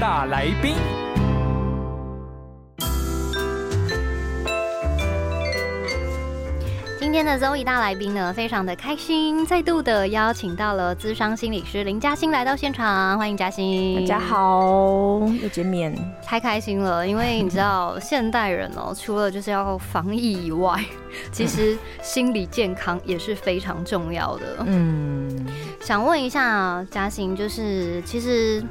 大来宾，今天的 Zoe 大来宾呢，非常的开心，再度的邀请到了资商心理师林嘉欣来到现场，欢迎嘉欣。大家，好，又见面。太开心了，因为你知道现代人哦、除了就是要防疫以外，其实心理健康也是非常重要的。嗯，想问一下嘉欣，就是其实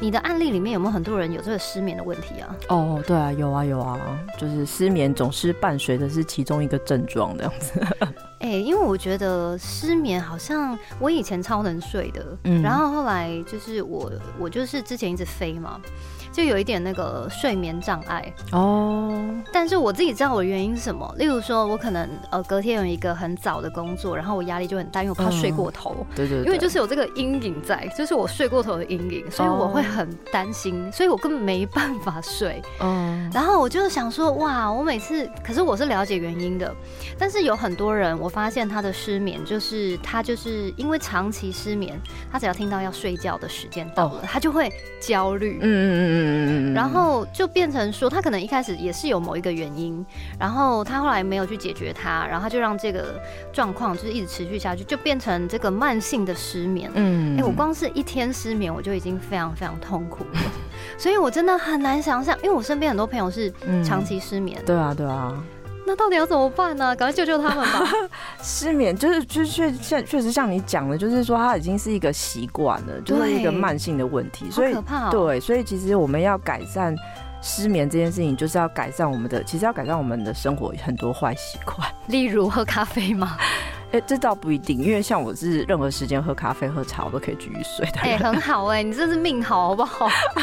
你的案例里面有没有很多人有这个失眠的问题啊？哦，对啊，有啊有啊，就是失眠总是伴随的是其中一个症状这样子。哎、因为我觉得失眠好像我以前超能睡的，嗯然后后来就是我我就是之前一直飞嘛，就有一点那个睡眠障碍。哦，但是我自己知道我的原因是什么，例如说我可能呃隔天有一个很早的工作，然后我压力就很大，因为我怕睡过头。对对对，因为就是有这个阴影在，就是我睡过头的阴影，所以我会很担心，所以我根本没办法睡。嗯，然后我就想说，哇，我每次，可是我是了解原因的，但是有很多人，我发现他的失眠就是他就是因为长期失眠，他只要听到要睡觉的时间到了，他就会焦虑。嗯嗯嗯嗯嗯嗯，然后就变成说，他可能一开始也是有某一个原因，然后他后来没有去解决它，然后他就让这个状况就是一直持续下去，就变成这个慢性的失眠。嗯，哎、我光是一天失眠，我就已经非常非常痛苦了，所以我真的很难想象，因为我身边很多朋友是嗯长期失眠，对啊对啊，那到底要怎么办呢、赶快救救他们吧！失眠就是就是确确确实像你讲的，就是说它已经是一个习惯了，就是一个对慢性的问题，好 所以可怕哦、对，所以其实我们要改善失眠这件事情，就是要改善我们的，其实要改善我们的生活很多坏习惯。例如喝咖啡 吗？哎、这倒不一定，因为像我是任何时间喝咖啡、喝茶，我都可以继续睡的哎、人。很好哎、你真是命好，好不好？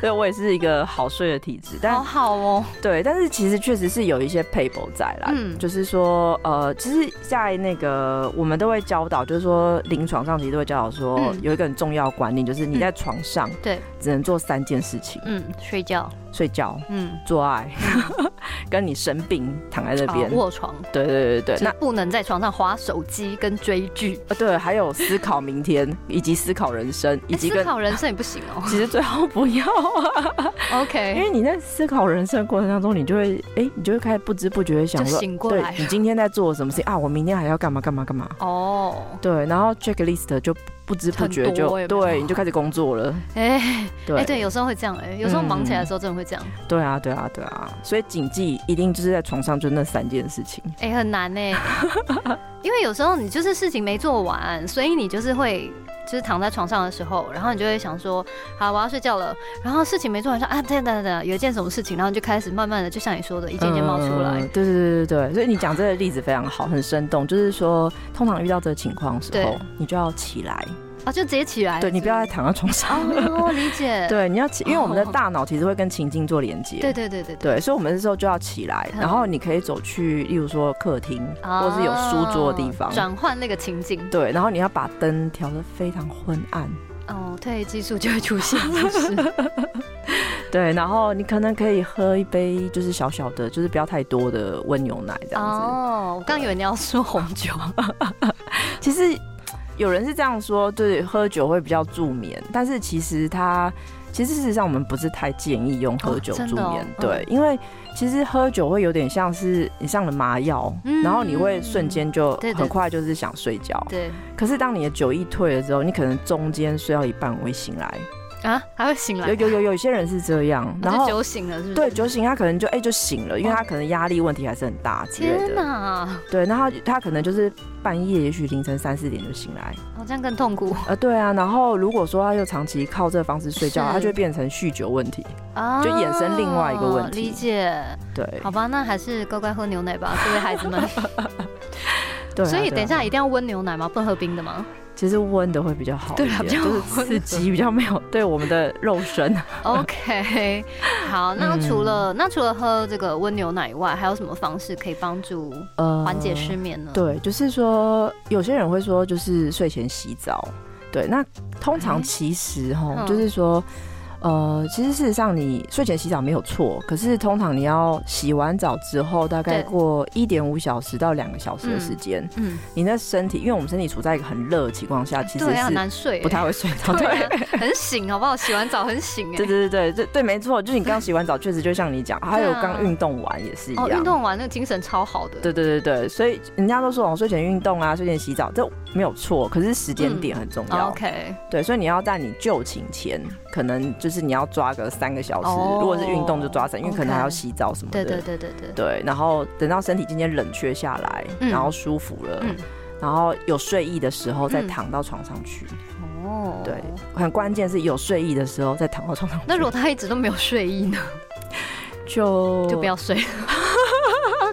对，我也是一个好睡的体质，但、好好哦、对，但是其实确实是有一些配博在啦。嗯就是说，呃，其实，在那个我们都会教导，就是说临床上其实都会教导说，嗯有一个很重要的观念，就是你在床上对，只能做三件事情：嗯，睡觉，睡觉、嗯，做爱， 跟你生病躺在那啊边。卧床，对对对对，那那不能在床上划手机跟追剧，呃对，还有思考明天，以及思考人生，以哎及思跟考人生也不行哦、其实最好不要、 啊，因 OK，为你在思考人生的过程当中，你就会哎、你就会开始不知不觉地想就说，醒过对来你今天在做什么事情啊？我明天还要干嘛干嘛干嘛？哦，对，然后 checklist 就不知不觉很就多有没有对，你就开始工作了。哎、哎、对对，有时候会这样哎、有时候忙起来的嗯时候真的会这样，对啊对啊对啊，所以谨记一定就是在床上就那三件事情。哎、很难 哎、因为有时候你就是事情没做完，所以你就是会就是躺在床上的时候，然后你就会想说，好，我要睡觉了，然后事情没做完说啊，等等等等，有一件什么事情，然后你就开始慢慢的，就像你说的，一件一件冒出来。嗯对对对对对，所以你讲这个例子非常好，很生动。就是说，通常遇到这个情况的时候对，你就要起来，啊，就直接起来。对你不要再是躺在床上。不是。哦，理解。 对，你要起，因为我们的哦大脑其实会跟情境做连接。对对对对对。对，所以我们这时候就要起来，嗯然后你可以走去，例如说客厅，啊或是有书桌的地方。哦转换那个情境。对，然后你要把灯调得非常昏暗，哦，褪黑激素就会 出现，是不是？对，然后你可能可以喝一杯，就是小小的，就是不要太多的温牛奶这样子。哦，我刚以为你要说红酒。 其实有人是这样说，对，喝酒会比较助眠，但是其实它其实事实上我们不是太建议用喝酒哦真助的哦眠，对，因为其实喝酒会有点像是你上了麻药，嗯然后你会瞬间就对对很快就是想睡觉，对可是当你的酒意退了之后，你可能中间睡到一半会醒来，啊，还会醒来有，有有有些人是这样，啊然就后。酒醒了，是不是？对，酒醒他可能就哎、就醒了，因为他可能压力问题还是很大之类天的。哪！对，那他他可能就是半夜，也许凌晨三四点就醒来，哦，这样更痛苦呃，对啊，然后如果说他又长期靠这方式睡觉，是他就会变成酗酒问题。啊就衍生另外一个问题理解，对，好吧，那还是乖乖喝牛奶吧，各位孩子们。 对啊、所对以啊等一下一定要温牛奶吗？不能喝冰的吗？其实温的会比较好一对点，啦比较哦就是温刺激，比较没有对我们的肉身。 OK，好，那除了、嗯那除了喝这个温牛奶以外，还有什么方式可以帮助呃缓解失眠呢？对，就是说有些人会说，就是睡前洗澡。对，那通哎常其实哈嗯，就是说，呃，其实事实上你睡前洗澡没有错，可是通常你要洗完澡之后，大概对过一点五小时到两个小时的时间，嗯，你的身体，因为我们身体处在一个很热的情况下，其实对啊，是难睡欸，不太会睡着。对 对，啊，很醒好不好？洗完澡很醒对对哎。对对对对，没错，就是你 刚洗完澡，确实就像你讲，还有刚运动完也是一啊哦，样。运动完那个精神超好的。对对对对，所以人家都说哦，睡前运动啊，睡前洗澡，这没有错，可是时间点很重要。哦哦，OK，对，所以你要在你就寝前，可能就是你要抓个三个小时，哦如果是运动就抓三，因为 OK 可能还要洗澡什么的。对对对对对，对然后等到身体渐渐冷却下来，嗯然后舒服了，嗯然后有睡意的时候再嗯躺到床上去。哦，对，很关键是有睡意的时候再躺到床上去。那如果他一直都没有睡意呢，就就不，要睡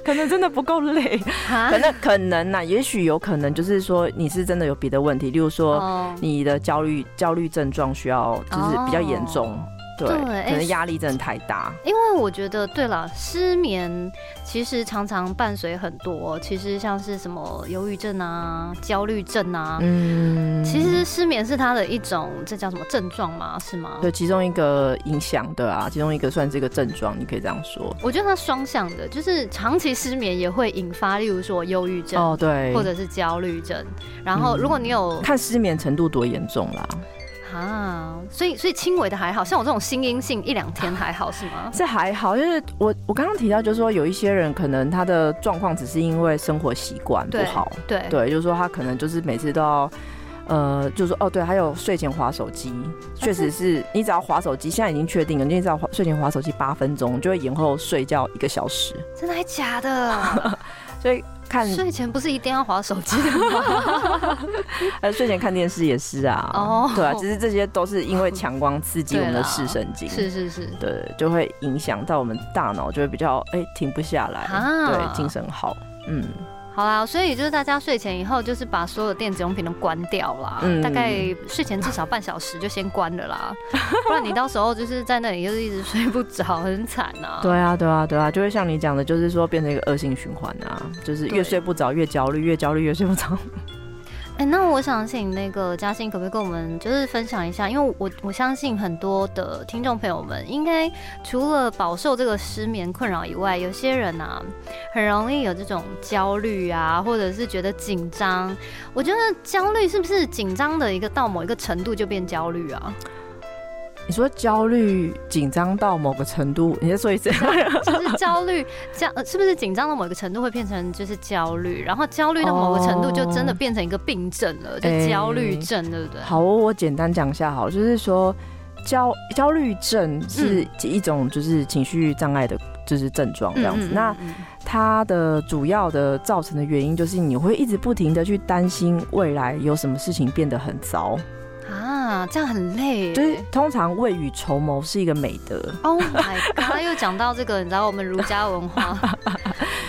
可能真的不够累，啊可能可能呐、也许有可能就是说你是真的有别的问题，例如说哦，你的焦虑焦虑症状需要就是比较严重，对，对哎可能压力真的太大，因为我觉得，对了，失眠其实常常伴随很多，其实像是什么忧郁症啊、焦虑症啊，嗯，其实失眠是它的一种，这叫什么症状吗？是吗？对其中一个影响，对啊，其中一个算是一个症状，你可以这样说。我觉得它双向的，就是长期失眠也会引发，例如说忧郁症。哦，对，或者是焦虑症，然嗯后如果你有、看失眠程度多严重啦，啊，所以所以轻微的还好像我这种心因性一两天还好是吗？这还好，就是我我刚刚提到，就是说有一些人可能他的状况只是因为生活习惯不对好，对 对，就是说他可能就是每次都要，呃，就是说哦，对，还有睡前划手嗯机，确实是你只要划手机，现在已经确定了，你只要滑睡前划手机八分钟，就会延后睡觉一个小时，真的还 假的？所以看睡前不是一定要划手 机的吗？呃睡前看电视也是啊，哦对啊，其实这些都是因为强光刺激我们的视神经。 是是是，对，就会影响到我们大脑，就会比较哎、停不下来，啊对，精神好，嗯，好啦，所以就是大家睡前以后就是把所有电子用品都关掉啦，嗯大概睡前至少半小时就先关 了啦，不然你到时候就是在那里就是一直睡不着，很惨啊。对啊，对啊，对啊，就会像你讲的，就是说变成一个恶性循环啊，就是对越睡不着越焦虑，越焦虑越睡不着。哎、那我想请那个嘉欣，可不可以跟我们就是分享一下？因为我我相信很多的听众朋友们，应该除了饱受这个失眠困扰以外，有些人啊，很容易有这种焦虑啊，或者是觉得紧张。我觉得焦虑是不是紧张的一个到某一个程度就变焦虑啊？ 你说焦虑、紧张到某个程度，你再说一 次，就是焦虑，焦呃是不是紧张到某个程度会变成就是焦虑，然后焦虑到某个程度就真的变成一个病症了，就哎焦虑症，对不对？哦好，我简单讲一下好了，就是说焦焦虑症是一种就是情绪障碍的，就是症状这嗯，样子。嗯那嗯它的主要的造成的原因就是你会一直不停的去担心未来有什么事情变得很糟，嗯啊，这样很累耶。就是通常未雨绸缪是一个美德， Oh my god！又讲到这个，你知道我们儒家 文化，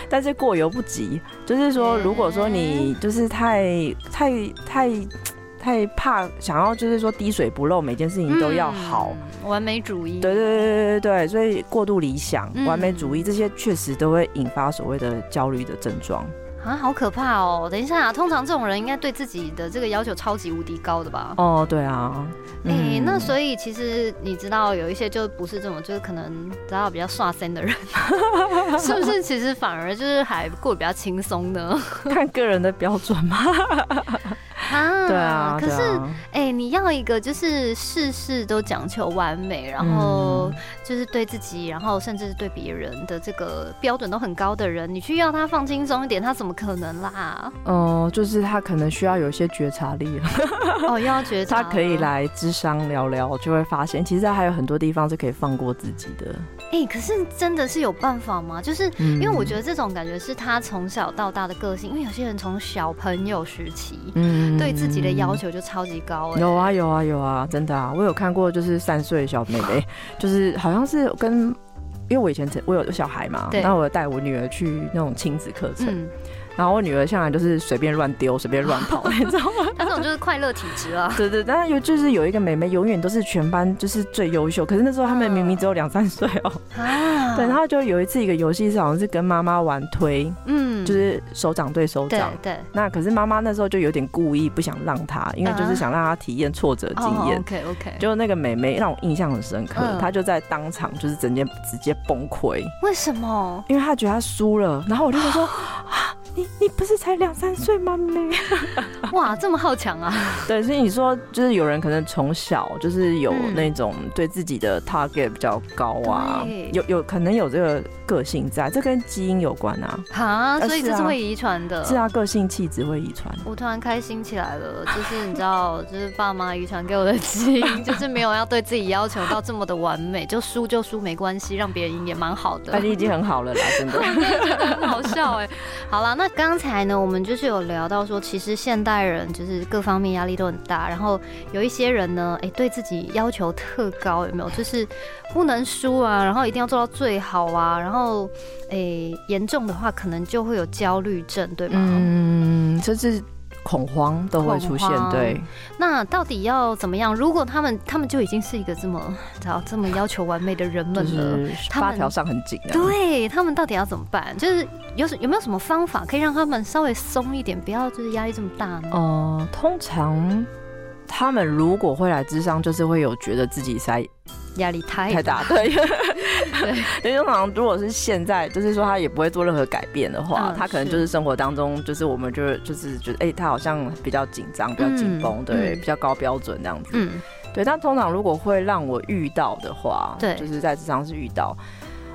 但是过犹不及，就是说，嗯如果说你就是太太太太怕，想要就是说滴水不漏，每件事情都要好。嗯完美主义。对对对对对对，所以过度理想、嗯完美主义这些确实都会引发所谓的焦虑的症状。啊，好可怕哦！等一下、通常这种人应该对自己的这个要求超级无敌高的吧？哦，对啊，哎、那以所以其实你知道有一些就不是这种，就是可能知道比较刷身的人， 是不是？其实反而就是还过得比较轻松呢。看个人的标准嘛。啊对啊，可对是啊哎、你要一个就是事事都讲求完美，然嗯后就是对自己，然后甚至是对别人的这个标准都很高的人，你去要他放轻松一点，他怎么可能啦？嗯、就是他可能需要有一些觉察力了。哦，又要觉察他了，可以来智商聊聊，就会发现其实他还有很多地方是可以放过自己的。哎、可是真的是有办法吗？就是嗯因为我觉得这种感觉是他从小到大的个性，因为有些人从小朋友时期。嗯对自己的要求就超级高哎、有啊有啊有啊，真的啊，我有看过，就是三岁的小妹妹， 就是好像是跟，因为我以前曾我有小孩嘛，对那我带我女儿去那种亲子课程，嗯，然后我女儿向来就是随便乱丢，随便乱 跑，你知道吗？那种就是快乐体质啊。对对，但是有就是有一个妹妹永远都是全班就是最优秀，可是那时候她嗯们明明只有两三岁哦。啊，对，然后就有一次一个游戏是好像是跟妈妈玩推，嗯就是手掌对手对掌。对，那可是妈妈那时候就有点故意不想让她，因为就是嗯想让她体验挫折经验。 OK OK，就那个妹妹让我印象很深刻，嗯她就在当场就是直接直接崩溃，为什么？因为她觉得她输了。然后我就 想说，啊，你你不是才两三岁吗，妹？ 哇，这么好强啊！ 对，所以你说就是有人可能从小就是有嗯那种对自己的 target 比较高啊，对有有可能有这个个性在，这跟基因有关啊。啊，所以是这啊是会遗传的。是啊，个性气质会遗传。 我突然开心起来了，就是你知道，就是爸妈遗传给我的基因， 就是没有要对自己要求到这么的完美，就输就输没关系，让别人赢也蛮好的 但。你已经很好了啦，真的。很好笑哎、好啦，那刚才呢，我们就是有聊到说，其实现代人就是各方面压力都很大，然后有一些人呢，哎、对自己要求特高，有没有？就是不能输啊，然后一定要做到最好啊，然后哎，严、重的话可能就会有焦虑症，对吗？ 嗯，就是恐慌都会出现恐，慌对。那到底要怎么样？如果他们他们就已经是一个这么找这么要求完美的人们就了。是他们发条上很紧啊。对他们到底要怎么办？就是有什有没有什么方法可以让他们稍微松一点，不要就是压力这么大呢？呃，通常他们如果会来智商，就是会有觉得自己塞压力太太大， 对，对，因为通常如果是现在，就是说他也不会做任何改变的话，嗯他可能是就是生活当中，就是我们就是就是觉得，哎、他好像比较紧张，比较紧绷，嗯对，嗯比较高标准这样子，嗯，对。但通常如果会让我遇到的话，对就是在职场是遇到。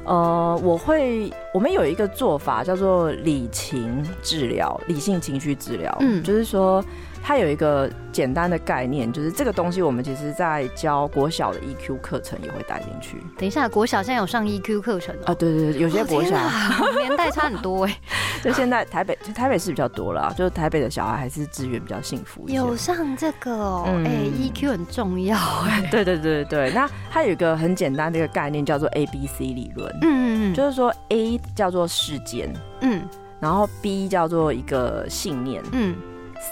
呃，我会，我们有一个做法叫做理情治疗，理性情绪治疗。嗯就是说它有一个简单的概念，就是这个东西我们其实在教国小的 EQ 课程也会带进去。等一下，国小现在有上 EQ 课程哦。啊，对对对，有些哦国天小、啊 年代差很多哎、 就现在台北，就台北市比较多啦，就是台北的小孩还是资源比较幸福一些。有上这个哦，哎、嗯 e q 很重要哎、对对对对，那它有一个很简单的一个概念叫做 A B C 理论，嗯嗯嗯就是说 A 叫做事件，嗯然后 B 叫做一个信念嗯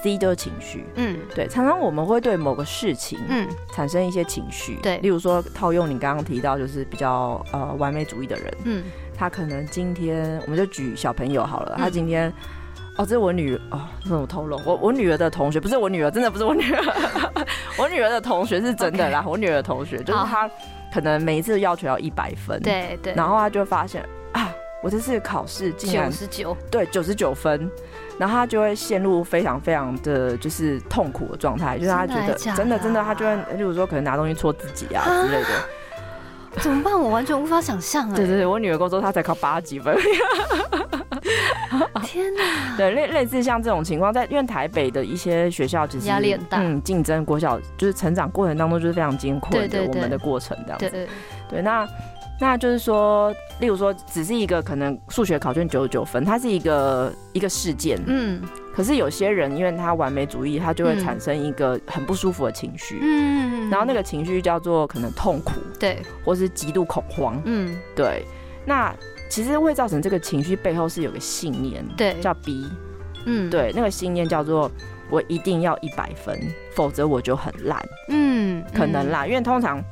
，C 就是情绪。嗯对，常常我们会对某个事情嗯产生一些情绪，对例如说套用你刚刚提到，就是比较呃完美主义的人，嗯他可能今天，我们就举小朋友好了，他嗯今天。哦，这是我女儿哦，这种透露，我我女儿的同学不是我女儿，真的不是我女儿， 我女儿的同学是真的啦我女儿的同学就是好她可能每一次要求要一百分，，对对，然后她就发现啊，我这次考试竟然九十九，对九十九分，然后他就会陷入非常非常的就是痛苦的状态，就是他觉真的得假的真的真的，他就会，例如说可能拿东西戳自己啊之类的。怎么办？我完全无法想象哎、对对对，我女儿跟我说她才考八几 分，天哪！对，类类似像这种情况，在因为台北的一些学校其实压力很大嗯，竞争国小就是成长过程当中就是非常艰困的对对对我们的过程这样子。对对，对，那那就是说，例如说，只是一个可能数学考卷九十九分，它是一个一个事件，嗯可是有些人因为他完美主义，他就会嗯产生一个很不舒服的情绪，嗯，然后那个情绪叫做可能痛苦对，或是极度恐慌。嗯对，那其实会造成这个情绪背后是有个信念，对叫 B，嗯，对，那个信念叫做我一定要一百分，否则我就很烂，嗯，可能啦，因为通常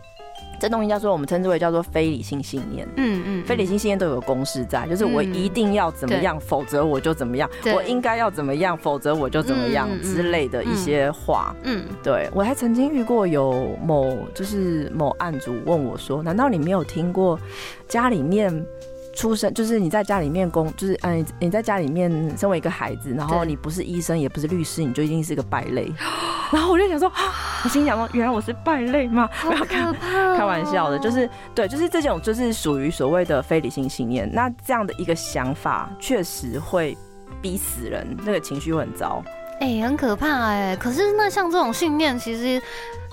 这东西叫做我们称之为叫做非理性信念。嗯，嗯嗯，非理性信念都有个公式在，就是我嗯一定要怎么样，否则我就怎么样；对我应该要怎么样，否则我就怎么样嗯嗯之类的一些话。嗯，对我还曾经遇过有某就是某案主问我说：“难道你没有听过家里面？”出生就是你在家里面工，就是嗯，你你在家里面身为一个孩子，然后对你不是医生也不是律师，你就一定是个败 类。然后我就想说，啊我心想说，原来我是败类吗？好可怕哦，开玩笑的，就是对，就是这种就是属于所谓的非理性信念。那这样的一个想法，确实会逼死人，那个情绪会很糟。哎、很可怕哎、可是那像这种信念，其实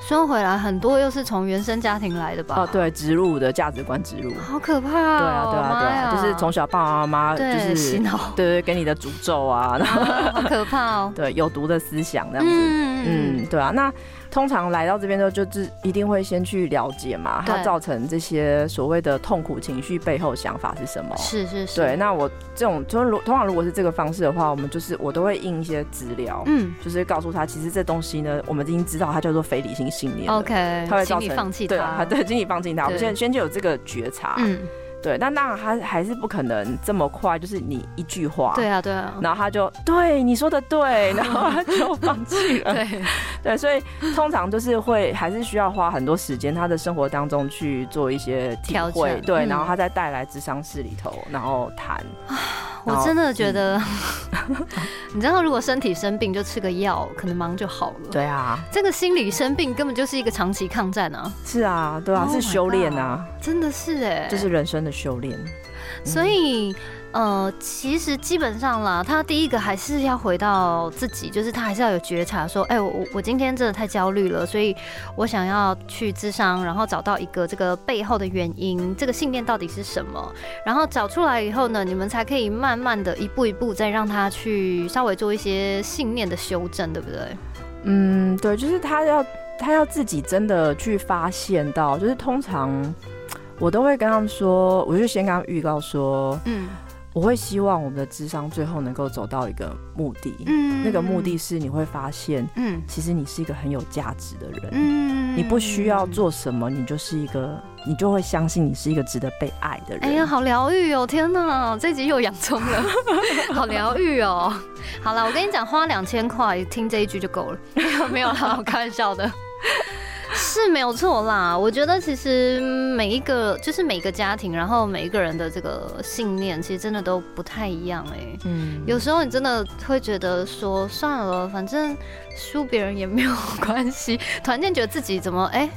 说回来，很多又是从原生家庭来的吧？哦，，对，植入的价值观植入。好可怕、对哦！啊，对啊，对妈呀啊，就是从小爸爸妈妈就对洗是脑，对对给你的诅 咒啊，然后 好可怕哦。对有毒的思想这样子。嗯嗯，对啊，那通常来到这边之后，就是一定会先去了解嘛，它对造成这些所谓的痛苦情绪背后的想法是什么？是是嗯是，对，，那我这种就是如通常如果是这个方式的话，我们就是我都会印一些资料，嗯就是告诉他，其实这东西呢，我们已经知道它叫做非理性信念了，OK，它会请造你成放弃对他，对，啊经理放进他，我们对先先就有这个觉察，嗯，对，但当然他还是不可能这么快，就是你一句话，对啊对啊，然后他就对你说的对， 然后他就放弃了。 对，对，所以通常就是会还是需要花很多时间，他的生活当中去做一些体调会整，对，嗯然后他再带来智商室里头，然后谈。我然后真的觉 得，你知道，如果身体生病就吃个药，可能忙就好了。，对啊，这个心理生病根本就是一个长期抗战啊，是啊，对啊， Oh 是 my 修炼啊，真的是哎、就是人生的修炼。嗯所以，呃，其实基本上啦，他第一个还是要回到自己，就是他还是要有觉察，说，哎、我我我今天真的太焦虑了，所以我想要去咨商，然后找到一个这个背后的原因，这个信念到底是什么，然后找出来以后呢，你们才可以慢慢的一步一步再让他去稍微做一些信念的修正，对不对？嗯，对，就是他要他要自己真的去发现到，就是通常我都会跟他们说，我就先跟他们预告说，嗯我会希望我们的智商最后能够走到一个目的，嗯那个目的，是你会发现，嗯其实你是一个很有价值的人。嗯你不需要。做什么，你就是一个，你就会相信你是一个值得被爱的人。哎呀，好疗愈哦！天哪，这集又洋葱了，好疗愈哦。好了，我跟你讲，花两千块听这一句就够了， 没有没有啦，我开玩笑的。是没有错啦，我觉得其实嗯每一个就是每个家庭，然后每一个人的这个信念，其实真的都不太一样哎、嗯，有时候你真的会觉得说算了，反正输别人也没有关系。突然间觉得自己怎么哎、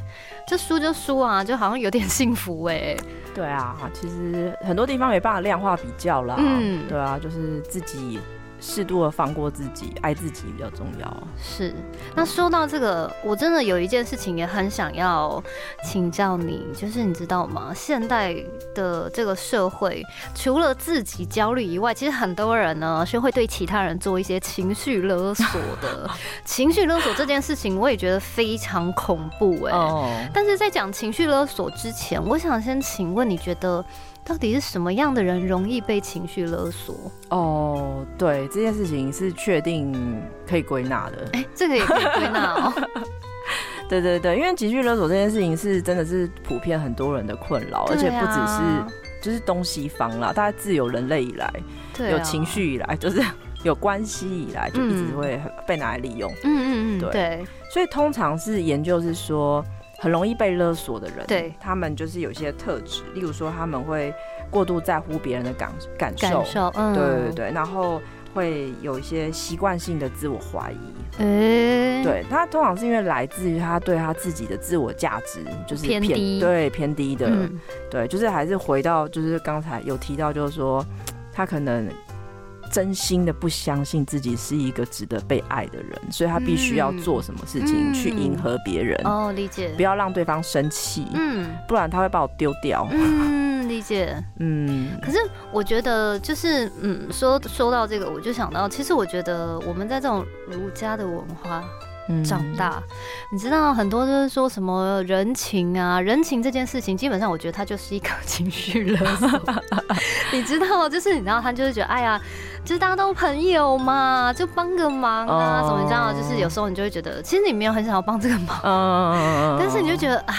就输就输啊，就好像有点幸福哎、对啊，其实很多地方没办法量化比较啦。嗯对啊，就是自己适度的放过自己，爱自己比较重要。是，那说到这个，我真的有一件事情也很想要请教你，就是你知道吗？现代的这个社会，除了自己焦虑以外，其实很多人呢是会对其他人做一些情绪勒索 的。情绪勒索这件事情，我也觉得非常恐怖哎、哦，但是在讲情绪勒索之前，我想先请问，你觉得到底是什么样的人容易被情绪勒索？ 哦，对，这件事情是确定可以归纳的。哎、这个也可以归纳哦。 对对对，因为情绪勒索这件事情是真的是普遍很多人的困扰，啊而且不只是就是东西方啦，大家自有人类以来，只是有情，绪以来，就是有关系以来，就一直啊嗯会很被拿来利用。嗯嗯嗯，对对。所以通常是研究是说，很容易被勒索的人，对他们就是有一些特质，例如说他们会过度在乎别人的感感受，感受，嗯，对对对，然后会有一些习惯性的自我怀疑。对，哎，，对，他通常是因为来自于他对他自己的自我价值就是偏低对偏低的，嗯，对，就是还是回到就是刚才有提到，就是说他可能真心的不相信自己是一个值得被爱的人，所以他必须要嗯做什么事情去迎嗯合别人，哦，理解不，要让对方生气，嗯不然他会把我丢掉。 嗯，理解。嗯，可是我觉得，就是嗯，说说到这个，我就想到，其实我觉得我们在这种儒家的文化嗯长大，你知道很多都是说什么人情啊，人情这件事情，基本上我觉得它就是一个情绪勒 索。你知道，就是你知道，他就是觉得，哎呀，就是大家都朋友嘛，就帮个忙啊，哦怎么这样？就是有时候你就会觉得，其实你没有很想要帮这个忙，嗯，但是你就觉得啊。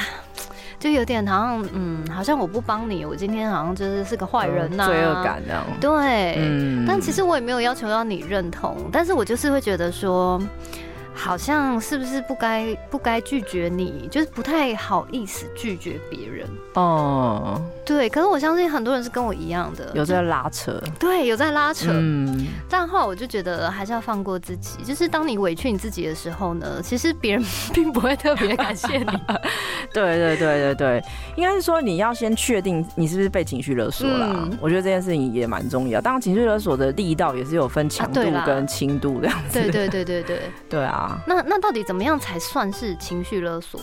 就有点好像，嗯，好像我不帮你，我今天好像就是是个坏人呐、嗯罪恶。感这样。对，嗯但其实我也没有要求要你认同，但是我就是会觉得说，好像是不是不该不该拒绝你，就是不太好意思拒绝别人。哦，对，可是我相信很多人是跟我一样的，有在拉扯，对有在拉扯，嗯，但后来我就觉得还是要放过自己，就是当你委屈你自己的时候呢，其实别人 并不会特别感谢 你。对对对对对，应该是说你要先确定你是不是被情绪勒索啦。嗯我觉得这件事情也蛮重要。当然，情绪勒索的力道也是有分强度啊对啦跟轻度这样子。对对对对对， 对啊，那那到底怎么样才算是情绪勒索？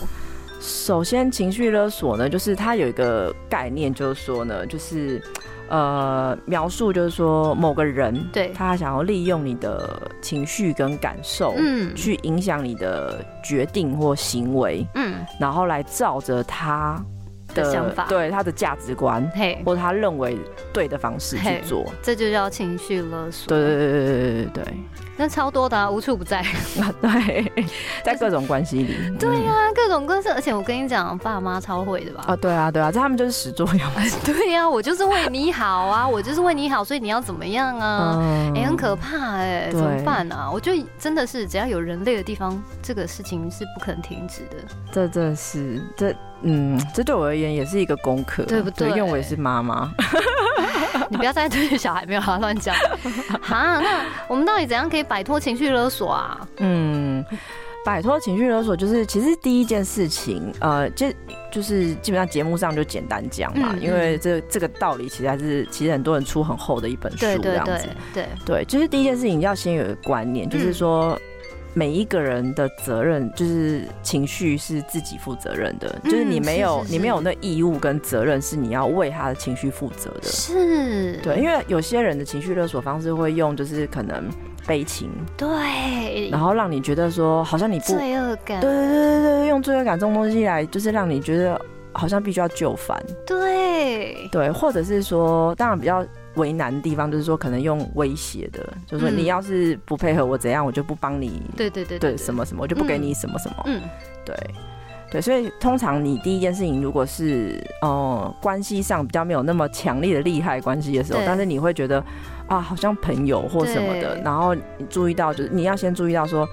首先，情绪勒索呢，就是它有一个概念，就是说呢，就是呃，描述就是说某个人对他想要利用你的情绪跟感受，嗯去影响你的决定或行为，嗯，然后来照着他的想法对他的价值观嘿，或他认为对的方式去嘿做。这就叫情绪勒索。对嗯对对对对对对那超多的、啊，无处不在。对对，在各种关系里， 对嗯呀、各种各式，而且我跟你讲，爸妈超会的吧？啊，对啊，对啊，这他们就是始作俑者。对呀、我就是为你好啊，我就是为你好，所以你要怎么样啊？嗯哎、很可怕哎、对怎么办啊？我觉得真的是，只要有人类的地方，这个事情是不可能停止的。这真的是这。嗯，这对我而言也是一个功课，对不对因为我也是妈妈，你不要再对着小孩没有啊乱 讲。哈，那我们到底怎样可以摆脱情绪勒索啊？嗯，摆脱情绪勒索就是，其实第一件事情，呃，这就是基本上节目上就简单讲嘛，嗯嗯因为这这个道理其实还是其实很多人出很厚的一本书对这对样子，对对，对，就是第一件事情要先有一个观念，嗯就是说。每一个人的责任就是情绪是自己负责任的，嗯就是你没有是是你没有那义务跟责任是你要为他的情绪负责的。是，对，因为有些人的情绪勒索方式会用就是可能悲情，对，然后让你觉得说好像你不对罪恶感，对对对对，用罪恶感这种东西来就是让你觉得好像必须要就范，对，对，或者是说当然比较。为难的地方就是说，可能用威胁的，就是说嗯你要是不配合我怎样，我就不帮你对对对对什？么什么，我就不给你什么什么。嗯，对对，所以通常你第一件事情，如果是呃关系上比较没有那么强烈的利害关系的时候，对但是你会觉得啊，好像朋友或什么的对，然后你注意到就是你要先注意到说。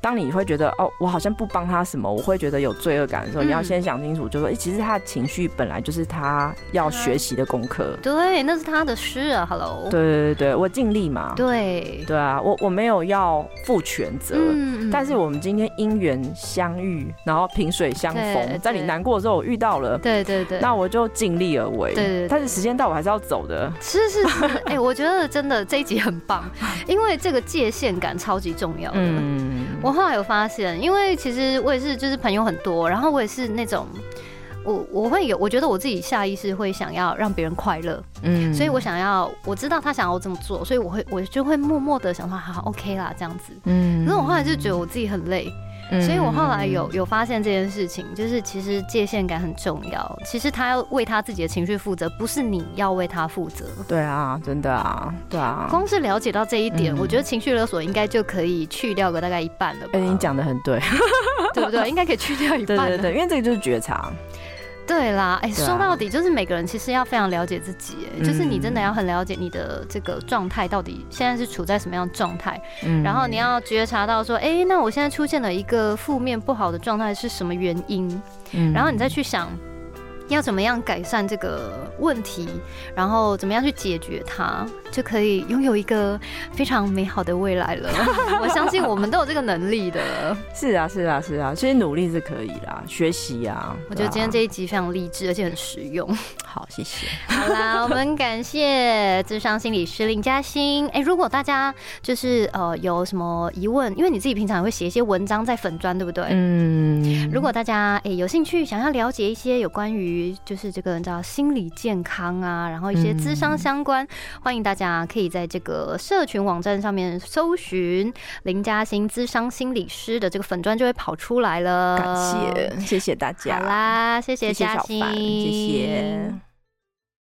当你会觉得哦，我好像不帮他什么，我会觉得有罪恶感的时候，你要嗯先想清楚，就说，哎、其实他的情绪本来就是他要他学习的功课。对，那是他的诗啊，Hello，对对对对，我尽力嘛。对，对啊，我我没有要负全责，嗯但是我们今天因缘相遇，然后萍水相对逢，在你对难过的时候我遇到了，对对对，那我就尽力而为。对对对但是时间到我还是要走的。是 是是，哎、我觉得真的这一集很棒，因为这个界限感超级重要的。嗯，我后来有发现，因为其实我也是就是朋友很多，然后我也是那种。我我会有，我觉得我自己下意识会想要让别人快乐，嗯所以我，想要我知道他想要我这么做，所以我会我就会默默的想说好 OK 啦这样子。嗯可是我后来就觉得我自己很累，嗯所以我后来有，有发现这件事情，就是其实界限感很重要。其实他要为他自己的情绪负责，不是你要为他负责。对啊，真的啊，对啊。光是了解到这一点，嗯我觉得情绪勒索应该就可以去掉个大概一半了吧？哎、你讲的很对， 对不对？应该可以去掉一对半 啊对了。对，因为这个就是觉察，对啦，哎、对啊说到底就是每个人其实要非常了解自己、哎、嗯就是你真的要很了解你的这个状态到底现在是处在什么样的状态，嗯然后你要觉察到说，哎、那我现在出现了一个负面不好的状态是什么原因？嗯然后你再去想要怎么样改善这个问题，然后怎么样去解决它，就可以拥有一个非常美好的未 来了。我相信我们都有这个能力的。是啊是啊是啊，其实努力是可以啦，学习啊。 我觉得今天这对啊一集非常励志，而且很实用。好，谢谢。好啦，我们感谢智商心理师林嘉欣。哎、如果大家就是呃有什么疑问，因为你自己平常也会写一些文章在粉砖，对不对？嗯，如果大家诶、有兴趣，想要了解一些有关于就是这个你知道心理健康啊，然后一些嗯智商相关，欢迎大家可以在这个社群网站上面搜寻林嘉欣智商心理师的这个粉砖就会跑出来了。感谢，谢谢大家。好啦，谢谢谢嘉小欣，凡，谢谢。